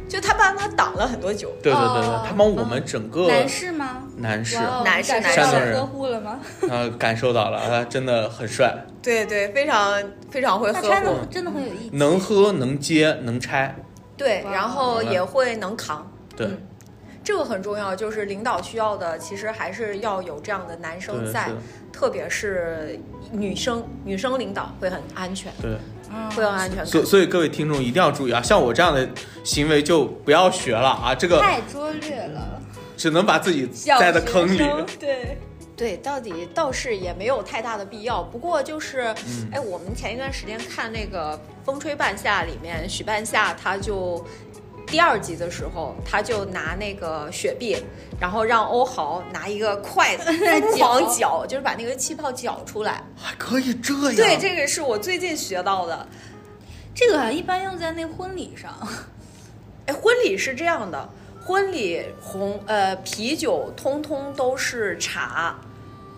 [SPEAKER 1] 就他帮他挡了很多酒，
[SPEAKER 2] 对对对对，
[SPEAKER 3] 哦
[SPEAKER 2] 他帮我们整个
[SPEAKER 3] 男士吗？
[SPEAKER 2] 男士
[SPEAKER 3] 哇哦
[SPEAKER 2] 啊、
[SPEAKER 1] 男士
[SPEAKER 3] 感受
[SPEAKER 1] 男
[SPEAKER 3] 到
[SPEAKER 1] 士
[SPEAKER 2] 山东人
[SPEAKER 3] 了呵护了吗？
[SPEAKER 2] 感受到了，他真的 很帅，
[SPEAKER 1] 对对，非常非常会喝
[SPEAKER 3] 那
[SPEAKER 1] 火。
[SPEAKER 3] 穿的真的很有意思。
[SPEAKER 2] 能喝能接能拆，
[SPEAKER 1] 对，
[SPEAKER 3] 哇
[SPEAKER 1] 然后
[SPEAKER 2] 好嘞
[SPEAKER 1] 也会能扛，
[SPEAKER 2] 嗯对。
[SPEAKER 1] 嗯这个很重要。就是领导需要的，其实还是要有这样的男
[SPEAKER 2] 对
[SPEAKER 1] 生在
[SPEAKER 2] 是，
[SPEAKER 1] 特别是女生，女生领导会很安全，
[SPEAKER 2] 对，
[SPEAKER 3] 嗯
[SPEAKER 1] 会有安全
[SPEAKER 2] 所
[SPEAKER 1] 感。
[SPEAKER 2] 所以各位听众一定要注意啊，像我这样的行为就不要学了啊，这个
[SPEAKER 3] 太拙劣了，
[SPEAKER 2] 只能把自己栽的坑里。
[SPEAKER 3] 小学生 对，
[SPEAKER 1] 对，到底倒是也没有太大的必要。不过就是，哎，我们前一段时间看那个《风吹半夏》里面，许半夏他就。第二集的时候，他就拿那个雪碧，然后让欧豪拿一个筷子疯狂搅，就是把那个气泡搅出来。
[SPEAKER 2] 还可以这样？
[SPEAKER 1] 对，这个是我最近学到的。
[SPEAKER 3] 这个好像一般用在那婚礼上。
[SPEAKER 1] 哎，婚礼是这样的，婚礼红呃啤酒通通都是茶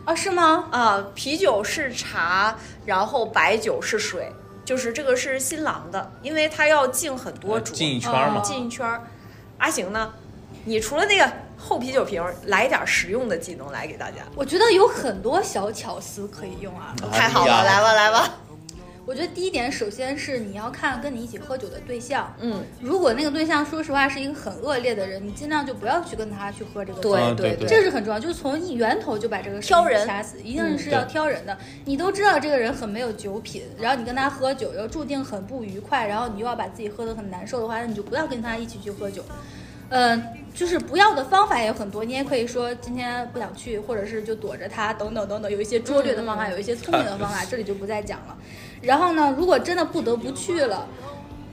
[SPEAKER 3] 啊，是吗？
[SPEAKER 1] 啊、啤酒是茶，然后白酒是水，就是这个是新郎的，因为他要敬很多桌，
[SPEAKER 2] 呃进一圈嘛。
[SPEAKER 3] 哦
[SPEAKER 1] 进一圈儿。阿行呢，你除了那个厚啤酒瓶儿，来点儿实用的技能来给大家。
[SPEAKER 3] 我觉得有很多小巧思可以用啊。
[SPEAKER 2] 哎呀
[SPEAKER 1] 太好了，来吧来吧，
[SPEAKER 3] 我觉得第一点，首先是你要看跟你一起喝酒的对象，
[SPEAKER 1] 嗯，
[SPEAKER 3] 如果那个对象说实话是一个很恶劣的人，你尽量就不要去跟他去喝这个酒。
[SPEAKER 1] 对
[SPEAKER 2] 啊对
[SPEAKER 1] 对，
[SPEAKER 3] 这是很重要，就是从一源头就把这个事情
[SPEAKER 1] 挑人
[SPEAKER 3] 掐死，一定是
[SPEAKER 2] 嗯
[SPEAKER 3] 要
[SPEAKER 2] 对
[SPEAKER 3] 挑人的。你都知道这个人很没有酒品，然后你跟他喝酒，又注定很不愉快，然后你又要把自己喝得很难受的话，那你就不要跟他一起去喝酒。嗯、就是不要的方法也有很多，你也可以说今天不想去，或者是就躲着他，等等等等，有一些
[SPEAKER 1] 嗯
[SPEAKER 3] 拙劣的方法，有一些聪明的方法，这里就不再讲了。然后呢，如果真的不得不去了。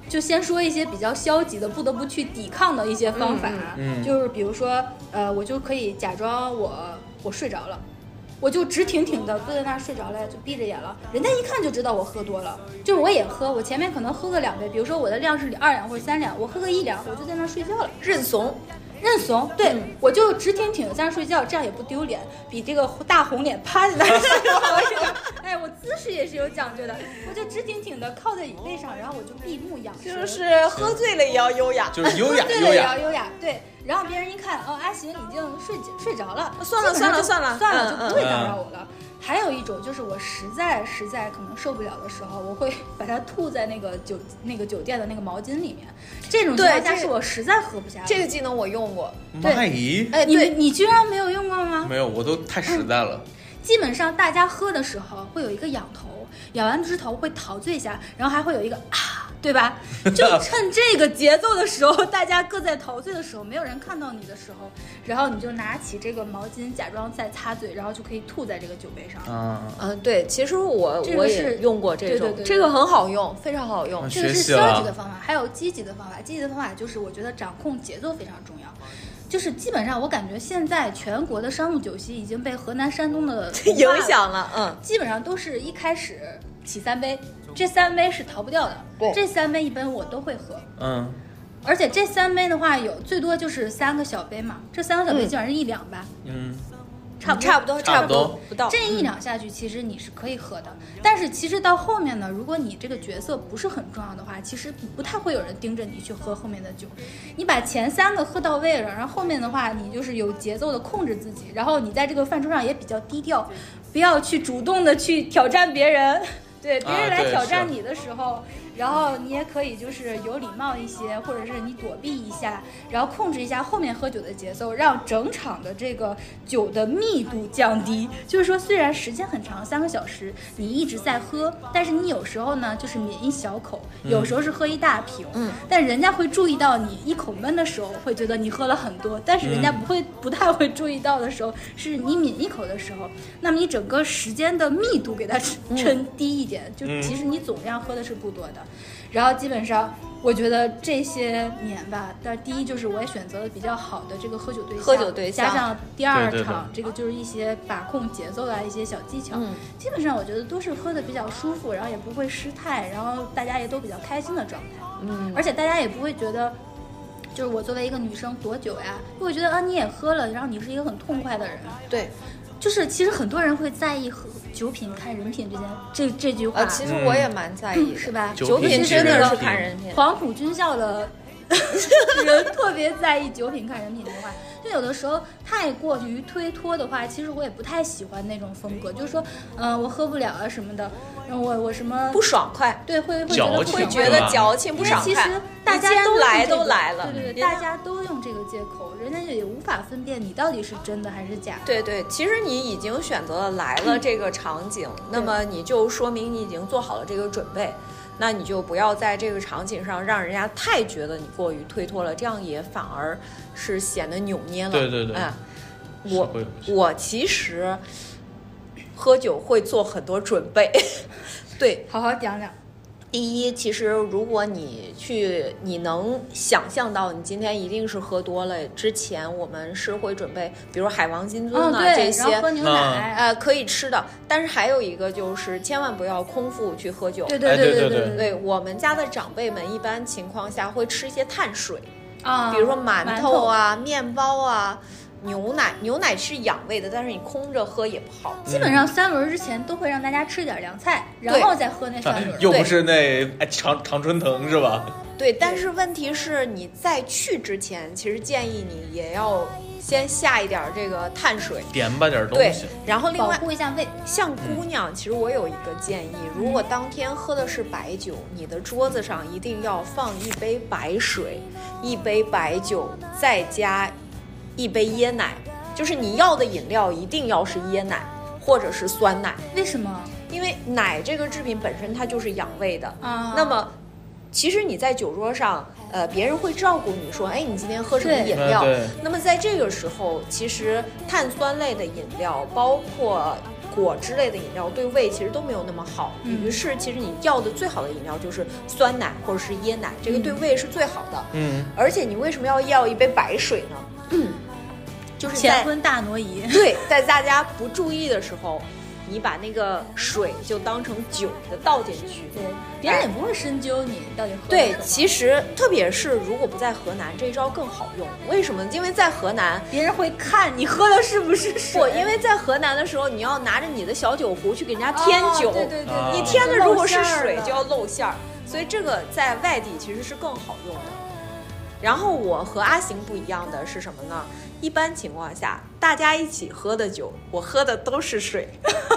[SPEAKER 3] 就先说一些比较消极的，不得不去抵抗的一些方法，
[SPEAKER 2] 嗯嗯
[SPEAKER 3] 就是比如说，呃，我就可以假装我我睡着了，我就直挺挺的坐在那儿睡着了，就闭着眼了。人家一看就知道我喝多了，就是我也喝，我前面可能喝个两杯，比如说我的量是二两或者三两，我喝个一两，我就在那儿睡觉了。
[SPEAKER 1] 认怂，
[SPEAKER 3] 认怂，对、
[SPEAKER 1] 嗯
[SPEAKER 3] 我就直挺挺的在那睡觉，这样也不丢脸，比这个大红脸趴在那儿 睡觉好一点。哎，我姿势也是有讲究的，我就直挺挺的靠在椅背上，然后我就闭目养神，
[SPEAKER 1] 就是喝醉了也要优雅。
[SPEAKER 2] 就是优雅
[SPEAKER 3] 对
[SPEAKER 2] 优
[SPEAKER 3] 了，
[SPEAKER 2] 雅
[SPEAKER 3] 要，优雅，对。然后别人一看，哦，阿行已经睡着睡着了，
[SPEAKER 1] 算了
[SPEAKER 3] 基本上就
[SPEAKER 1] 算了
[SPEAKER 3] 算
[SPEAKER 1] 算了
[SPEAKER 3] 了，就
[SPEAKER 1] 嗯
[SPEAKER 3] 不会打扰我了。还有一种就是我实在实在可能受不了的时候，我会把它吐在那个酒那个酒店的那个毛巾里面。这种情
[SPEAKER 1] 对
[SPEAKER 3] 况下
[SPEAKER 1] 这
[SPEAKER 3] 是我实在喝不下了。
[SPEAKER 1] 这个技能我用过，
[SPEAKER 3] 对
[SPEAKER 2] 蚂蚁
[SPEAKER 1] 哎，
[SPEAKER 3] 嗯你
[SPEAKER 1] 对，
[SPEAKER 3] 你居然没有用过吗？
[SPEAKER 2] 没有，我都太实在了。
[SPEAKER 3] 基本上大家喝的时候会有一个仰头，仰完之头会陶醉一下，然后还会有一个啊，对 吧？就趁这个节奏的时候，大家各在陶醉的时候，没有人看到你的时候，然后你就拿起这个毛巾假装在擦嘴，然后就可以吐在这个酒杯上。
[SPEAKER 2] 啊，
[SPEAKER 1] 嗯，对，其实我
[SPEAKER 3] 这个
[SPEAKER 1] 我
[SPEAKER 3] 是
[SPEAKER 1] 也用过这
[SPEAKER 3] 对对
[SPEAKER 1] 种
[SPEAKER 3] 对，对
[SPEAKER 1] 这个很好用，非常好用
[SPEAKER 2] 嗯。
[SPEAKER 3] 这个
[SPEAKER 2] 学
[SPEAKER 3] 是
[SPEAKER 2] 习
[SPEAKER 3] 消极
[SPEAKER 2] 了
[SPEAKER 3] 的方法，还有积极的方法。积极的方法就是我觉得掌控节奏非常重要。就是基本上，我感觉现在全国的商务酒席已经被河南、山东 的文
[SPEAKER 1] 影
[SPEAKER 3] 化
[SPEAKER 1] 响了，嗯，
[SPEAKER 3] 基本上都是一开始起三杯，这三杯是逃不掉的。
[SPEAKER 1] 对
[SPEAKER 3] 这三杯一般我都会喝，
[SPEAKER 2] 嗯，
[SPEAKER 3] 而且这三杯的话有最多就是三个小杯嘛，这三个小杯
[SPEAKER 1] 嗯
[SPEAKER 3] 基本上是一两吧，
[SPEAKER 2] 嗯，
[SPEAKER 3] 差不多
[SPEAKER 1] 差不多，
[SPEAKER 2] 差
[SPEAKER 1] 不
[SPEAKER 2] 不
[SPEAKER 1] 多
[SPEAKER 2] 多，
[SPEAKER 1] 不到。
[SPEAKER 3] 这一两下去，其实你是可以喝的，但是其实到后面呢，如果你这个角色不是很重要的话，其实不太会有人盯着你去喝后面的酒。你把前三个喝到位了，然后后面的话，你就是有节奏的控制自己，然后你在这个饭桌上也比较低调，不要去主动的去挑战别人。对，别人
[SPEAKER 2] 啊
[SPEAKER 3] 来
[SPEAKER 2] 对
[SPEAKER 3] 挑战
[SPEAKER 2] 是
[SPEAKER 3] 你的时候，然后你也可以就是有礼貌一些，或者是你躲避一下，然后控制一下后面喝酒的节奏，让整场的这个酒的密度降低。就是说，虽然时间很长，三个小时，你一直在喝，但是你有时候呢就是抿一小口，有时候是喝一大瓶，
[SPEAKER 1] 嗯，
[SPEAKER 3] 但人家会注意到你一口闷的时候，会觉得你喝了很多，但是人家不会、不太会注意到的时候，是你抿一口的时候，那么你整个时间的密度给它
[SPEAKER 1] 嗯
[SPEAKER 3] 撑低一点，就
[SPEAKER 2] 嗯
[SPEAKER 3] 其实你总量喝的是不多的。然后基本上，我觉得这些年吧，但第一就是我也选择了比较好的这个喝酒对象，
[SPEAKER 1] 喝酒对象
[SPEAKER 3] 加上第二场
[SPEAKER 2] 对对对
[SPEAKER 3] 这个就是一些把控节奏啊，一些小技巧，
[SPEAKER 1] 嗯
[SPEAKER 3] 基本上我觉得都是喝的比较舒服，然后也不会失态，然后大家也都比较开心的状态，
[SPEAKER 1] 嗯，
[SPEAKER 3] 而且大家也不会觉得。就是我作为一个女生躲酒呀，因为我觉得啊你也喝了，然后你是一个很痛快的人，
[SPEAKER 1] 对，
[SPEAKER 3] 就是其实很多人会在意喝酒品看人品之间这这句话，
[SPEAKER 1] 呃，其实我也蛮在意的，
[SPEAKER 3] 是吧？
[SPEAKER 2] 嗯酒
[SPEAKER 1] 酒
[SPEAKER 2] 品
[SPEAKER 1] 品
[SPEAKER 2] 其
[SPEAKER 1] 真
[SPEAKER 2] 实
[SPEAKER 1] 的是
[SPEAKER 2] 是
[SPEAKER 1] 看人品，
[SPEAKER 3] 黄埔军 校的人特别在意酒品看人品的话，就有的时候太过于推脱的话，其实我也不太喜欢那种风格。就是说，嗯、我喝不了啊什么的，然后我我什么
[SPEAKER 1] 不爽快，
[SPEAKER 3] 对会会觉得
[SPEAKER 2] 矫
[SPEAKER 3] 不
[SPEAKER 2] 情
[SPEAKER 3] 爽
[SPEAKER 1] 会
[SPEAKER 3] 快
[SPEAKER 1] 觉得矫情不
[SPEAKER 3] 因为
[SPEAKER 1] 爽
[SPEAKER 3] 其
[SPEAKER 1] 快
[SPEAKER 3] 实。大
[SPEAKER 1] 你
[SPEAKER 3] 家
[SPEAKER 1] 既然
[SPEAKER 3] 都用
[SPEAKER 1] 来
[SPEAKER 3] 这
[SPEAKER 1] 都
[SPEAKER 3] 个
[SPEAKER 1] 来了
[SPEAKER 3] 对对对，
[SPEAKER 1] 别
[SPEAKER 3] 大
[SPEAKER 1] 让
[SPEAKER 3] 家都用这个借口，人家也无法分辨你到底是真的还是假的。
[SPEAKER 1] 对对，其实你已经选择了来 了这个场景，那么你就说明你已经做好了这个准备，那你就不要在这个场景上让人家太觉得你过于推脱了，这样也反而是显得扭捏
[SPEAKER 3] 嗯
[SPEAKER 1] 了。
[SPEAKER 2] 对对对
[SPEAKER 1] 哎，
[SPEAKER 2] 是
[SPEAKER 1] 我
[SPEAKER 2] 会有
[SPEAKER 1] 我其实喝酒会做很多准备， 对，
[SPEAKER 3] 好好讲讲，
[SPEAKER 1] 第一，其实如果你去，你能想象到你今天一定是喝多了。之前我们是会准备，比如海王金
[SPEAKER 3] 嗯
[SPEAKER 1] 樽啊、
[SPEAKER 3] 对，
[SPEAKER 1] 这
[SPEAKER 3] 然后喝
[SPEAKER 1] 些，
[SPEAKER 3] 牛
[SPEAKER 2] 嗯
[SPEAKER 3] 奶，啊
[SPEAKER 1] 呃，可以吃的。但是还有一个就是，千万不要空腹去喝酒。
[SPEAKER 3] 对
[SPEAKER 2] 哎
[SPEAKER 3] 对
[SPEAKER 2] 对
[SPEAKER 3] 对
[SPEAKER 2] 对
[SPEAKER 3] 对
[SPEAKER 2] 对
[SPEAKER 1] 对我们家的长辈们一般情况下会吃一些碳水，
[SPEAKER 3] 啊，
[SPEAKER 1] 比如说
[SPEAKER 3] 馒
[SPEAKER 1] 馒头，啊、面包啊、牛奶。牛奶是养胃的，但是你空着喝也不好。
[SPEAKER 3] 基本上三轮之前都会让大家吃点凉菜，然后再喝那三轮。
[SPEAKER 2] 又不是那哎常常春藤是吧？
[SPEAKER 1] 对，但是问题是你在去之前，其实建议你也要先下一点儿这个碳水，
[SPEAKER 2] 点吧点东
[SPEAKER 1] 对
[SPEAKER 2] 西。，嗯
[SPEAKER 1] 然后另
[SPEAKER 3] 保
[SPEAKER 1] 外
[SPEAKER 3] 护一下胃。
[SPEAKER 1] 像姑娘，其实我有一个建议，如果当天喝的是白酒，你的桌子上一定要放一杯白水，一杯白酒，再加一杯椰奶，就是你要的饮料一定要是椰奶或者是酸奶，
[SPEAKER 3] 为什么
[SPEAKER 1] 因为奶这个制品本身它就是养胃的。
[SPEAKER 3] 啊？
[SPEAKER 1] 那么，其实你在酒桌上，呃，别人会照顾你说，哎，你今天喝什么
[SPEAKER 3] 对
[SPEAKER 1] 饮料？
[SPEAKER 2] 嗯对
[SPEAKER 1] 那么在这个时候，其实碳酸类的饮料，包括果汁类的饮料，对胃其实都没有那么好。
[SPEAKER 3] 嗯
[SPEAKER 1] 于是，其实你要的最好的饮料就是酸奶或者是椰奶，这个对胃是最好的。
[SPEAKER 2] 嗯，
[SPEAKER 1] 而且你为什么要要一杯白水呢？就是在
[SPEAKER 3] 乾坤大挪移。
[SPEAKER 1] 对，在大家不注意的时候，你把那个水就当成酒的倒进去。
[SPEAKER 3] 对，别人也不会深究你到底喝
[SPEAKER 1] 对
[SPEAKER 3] 了，什么
[SPEAKER 1] 其实特别是如果不在河南，这一招更好用。为什么？因为在河南，
[SPEAKER 3] 别人会看你喝的是不是水。
[SPEAKER 1] 不，因为在河南的时候，你要拿着你的小酒壶去给人家添
[SPEAKER 3] 哦
[SPEAKER 1] 啊酒，
[SPEAKER 3] 对对对，
[SPEAKER 2] 啊
[SPEAKER 1] 你添的如果是水就要露馅儿，所以这个在外地其实是更好用的。然后我和阿行不一样的是什么呢？一般情况下，大家一起喝的酒，我喝的都是水。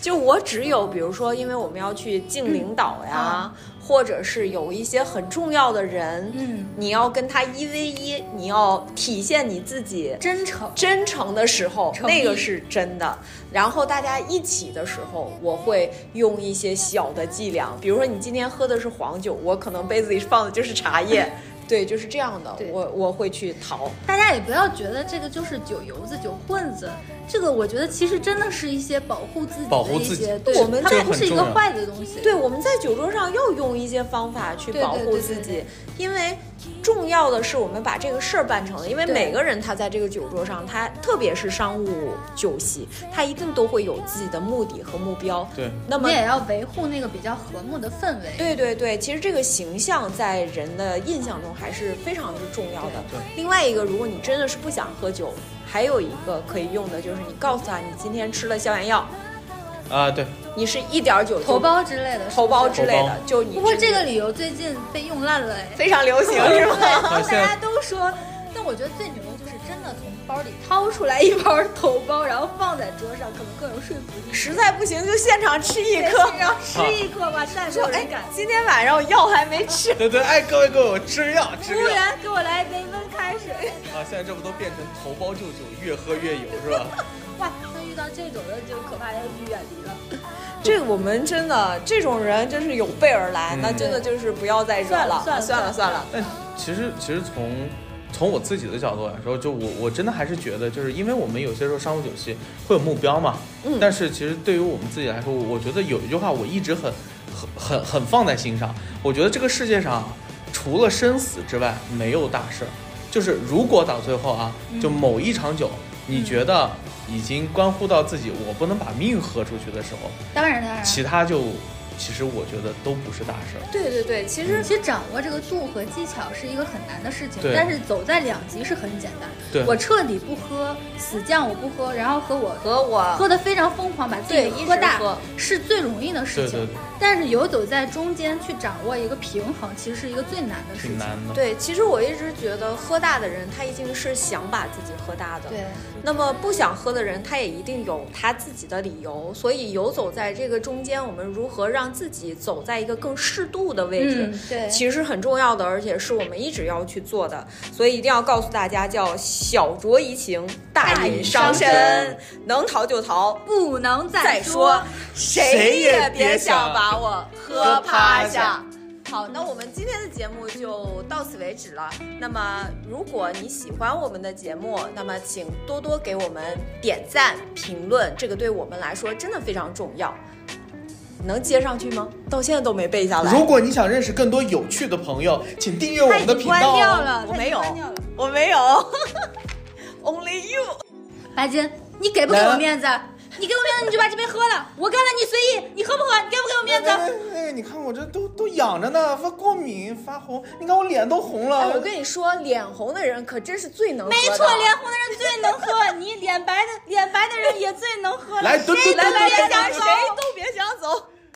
[SPEAKER 1] 就我只有比如说，因为我们要去敬领导呀，或者是有一些很重要的人，
[SPEAKER 3] 嗯
[SPEAKER 1] 你要跟他一 v 一，你要体现你自己
[SPEAKER 3] 真诚。
[SPEAKER 1] 真诚的时候，
[SPEAKER 3] 诚意
[SPEAKER 1] 那个是真的。然后大家一起的时候，我会用一些小的伎俩，比如说你今天喝的是黄酒，我可能杯子里放的就是茶 叶，对，就是这样的
[SPEAKER 3] 对。
[SPEAKER 1] 我我会去淘，
[SPEAKER 3] 大家也不要觉得这个就是酒油子、酒混子，这个我觉得其实真的是一些保护自己
[SPEAKER 2] 保护
[SPEAKER 3] 的一
[SPEAKER 2] 自己
[SPEAKER 3] 些，
[SPEAKER 1] 我们
[SPEAKER 3] 它
[SPEAKER 2] 这个
[SPEAKER 3] 不
[SPEAKER 2] 很
[SPEAKER 3] 是一
[SPEAKER 2] 重
[SPEAKER 3] 个
[SPEAKER 2] 要
[SPEAKER 3] 坏的东西。
[SPEAKER 1] 对，我们在酒桌上要用一些方法去
[SPEAKER 3] 对
[SPEAKER 1] 保护
[SPEAKER 3] 对对
[SPEAKER 1] 自
[SPEAKER 3] 对
[SPEAKER 1] 己，因为重要的是我们把这个事儿办成了。因为
[SPEAKER 3] 对
[SPEAKER 1] 每个人他在这个酒桌上，他特别是商务酒席，他一定都会有自己的目的和目标。
[SPEAKER 2] 对，
[SPEAKER 1] 那么
[SPEAKER 3] 你也要维护那个比较和睦的氛围。
[SPEAKER 1] 对对对，其实这个形象在人的印象中还是非常之重要的
[SPEAKER 2] 对。
[SPEAKER 1] 另外一个，如果你真的是不想喝酒，还有一个可以用的就是你告诉他你今天吃了消炎药，
[SPEAKER 2] 啊对，
[SPEAKER 1] 你是一点儿酒就
[SPEAKER 3] 头孢之类的，
[SPEAKER 1] 头孢
[SPEAKER 3] 是
[SPEAKER 1] 之类
[SPEAKER 2] 头
[SPEAKER 1] 的
[SPEAKER 2] 孢，
[SPEAKER 1] 就
[SPEAKER 3] 不
[SPEAKER 1] 你
[SPEAKER 3] 是。不过
[SPEAKER 1] 真的
[SPEAKER 3] 这个理由最近被用烂了哎，
[SPEAKER 1] 非常流行 是 吗？
[SPEAKER 3] 对，然后
[SPEAKER 2] 好
[SPEAKER 3] 大
[SPEAKER 2] 像
[SPEAKER 3] 家都说，但我觉得最牛的就是真的从包里掏出来一包头孢，然后放在桌上，可能更有说服力。
[SPEAKER 1] 实在不行就现场吃一
[SPEAKER 3] 对
[SPEAKER 1] 颗。啊
[SPEAKER 3] 然后吃一颗吧，但没
[SPEAKER 1] 说
[SPEAKER 3] 有
[SPEAKER 1] 哎
[SPEAKER 3] 人敢，。
[SPEAKER 1] 今天晚上我药还没 吃，
[SPEAKER 2] 对对，哎，各位各位，我吃药吃
[SPEAKER 3] 服务
[SPEAKER 2] 药
[SPEAKER 3] 员给我来一杯温开水。
[SPEAKER 2] 啊！现在这不都变成头孢救酒，越喝越有是吧？
[SPEAKER 3] 哇，那遇到这种的就可怕，要远离了。
[SPEAKER 1] 这个我们真的这种人真是有备而来，
[SPEAKER 2] 嗯
[SPEAKER 1] 那真的就是不要再惹
[SPEAKER 3] 算了
[SPEAKER 1] 了，
[SPEAKER 3] 算了
[SPEAKER 1] 算了算了，
[SPEAKER 2] 但其实其实从从我自己的角度来说，就我我真的还是觉得，就是因为我们有些时候商务酒席会有目标嘛，
[SPEAKER 1] 嗯
[SPEAKER 2] 但是其实对于我们自己来说，我觉得有一句话我一直很很很很放在心上，我觉得这个世界上啊除了生死之外没有大事儿，就是如果到最后啊，
[SPEAKER 3] 嗯
[SPEAKER 2] 就某一场酒，你觉得已经关乎到自己，我不能把命喝出去的时候，
[SPEAKER 3] 当然当然，
[SPEAKER 2] 其他就其实我觉得都不是大事儿。
[SPEAKER 1] 对对对，其实
[SPEAKER 3] 其实掌握这个度和技巧是一个很难的事情，
[SPEAKER 2] 对
[SPEAKER 3] 但是走在两极是很简单。
[SPEAKER 2] 对
[SPEAKER 3] 我彻底不喝，死犟我不喝，然后和我
[SPEAKER 1] 和我
[SPEAKER 3] 喝的非常疯狂，把自己
[SPEAKER 1] 对一
[SPEAKER 3] 喝
[SPEAKER 1] 直
[SPEAKER 3] 大
[SPEAKER 1] 喝
[SPEAKER 3] 是最容易的事情。
[SPEAKER 2] 对对对
[SPEAKER 3] 但是游走在中间去掌握一个平衡，其实是一个最难的事
[SPEAKER 2] 挺
[SPEAKER 3] 情。
[SPEAKER 2] 难的，
[SPEAKER 1] 对，其实我一直觉得喝大的人，他一定是想把自己喝大的。
[SPEAKER 3] 对。
[SPEAKER 1] 那么不想喝的人，他也一定有他自己的理由。所以游走在这个中间，我们如何让自己走在一个更适度的位置？
[SPEAKER 3] 嗯对
[SPEAKER 1] 其实是很重要的，而且是我们一直要去做的，所以一定要告诉大家，叫小酌怡情，大隐伤
[SPEAKER 3] 大隐
[SPEAKER 1] 身，能逃就逃。
[SPEAKER 3] 不能
[SPEAKER 1] 再
[SPEAKER 3] 再
[SPEAKER 1] 说
[SPEAKER 3] 说，，
[SPEAKER 1] 谁也
[SPEAKER 2] 也
[SPEAKER 1] 别
[SPEAKER 2] 别
[SPEAKER 1] 想
[SPEAKER 2] 想
[SPEAKER 1] 把我喝
[SPEAKER 2] 喝
[SPEAKER 1] 趴
[SPEAKER 2] 趴
[SPEAKER 1] 下
[SPEAKER 2] 下。
[SPEAKER 1] 好，那我们今天的节目就到此为止了。那么，如果你喜欢我们的节目，那么请多多给我们点赞、评论，这个对我们来说真的非常重要。能接上去吗？到现在都没背下来。
[SPEAKER 2] 如果你想认识更多有趣的朋友，请订阅我
[SPEAKER 3] 他
[SPEAKER 2] 们
[SPEAKER 3] 已
[SPEAKER 2] 的
[SPEAKER 3] 经
[SPEAKER 2] 频
[SPEAKER 3] 关
[SPEAKER 2] 道、
[SPEAKER 3] 掉
[SPEAKER 2] 哦。
[SPEAKER 3] 了，
[SPEAKER 1] 我
[SPEAKER 3] 他
[SPEAKER 1] 没
[SPEAKER 3] 已经
[SPEAKER 1] 有
[SPEAKER 3] 关掉了。，
[SPEAKER 1] 我 没有。Only you。
[SPEAKER 3] 白金，你给不给
[SPEAKER 2] 来
[SPEAKER 3] 我
[SPEAKER 2] 了
[SPEAKER 3] 面子？你给我面子，你就把这杯喝了。我干了，你随意，你喝不喝？你给不给我面子？
[SPEAKER 2] 哎哎，你看我这都都痒着呢，发过敏发红，你看我脸都红了。
[SPEAKER 1] 哎，我跟你说，脸红的人可真是最能喝的。
[SPEAKER 3] 没错，脸红的人最能喝，你脸白的脸白的人也最能喝了。
[SPEAKER 2] 来
[SPEAKER 3] 谁
[SPEAKER 2] 蹲蹲
[SPEAKER 3] 都
[SPEAKER 2] 蹲
[SPEAKER 1] 来来，
[SPEAKER 3] 别
[SPEAKER 1] 别
[SPEAKER 3] 想
[SPEAKER 1] 想
[SPEAKER 3] 走
[SPEAKER 1] 谁都别想走。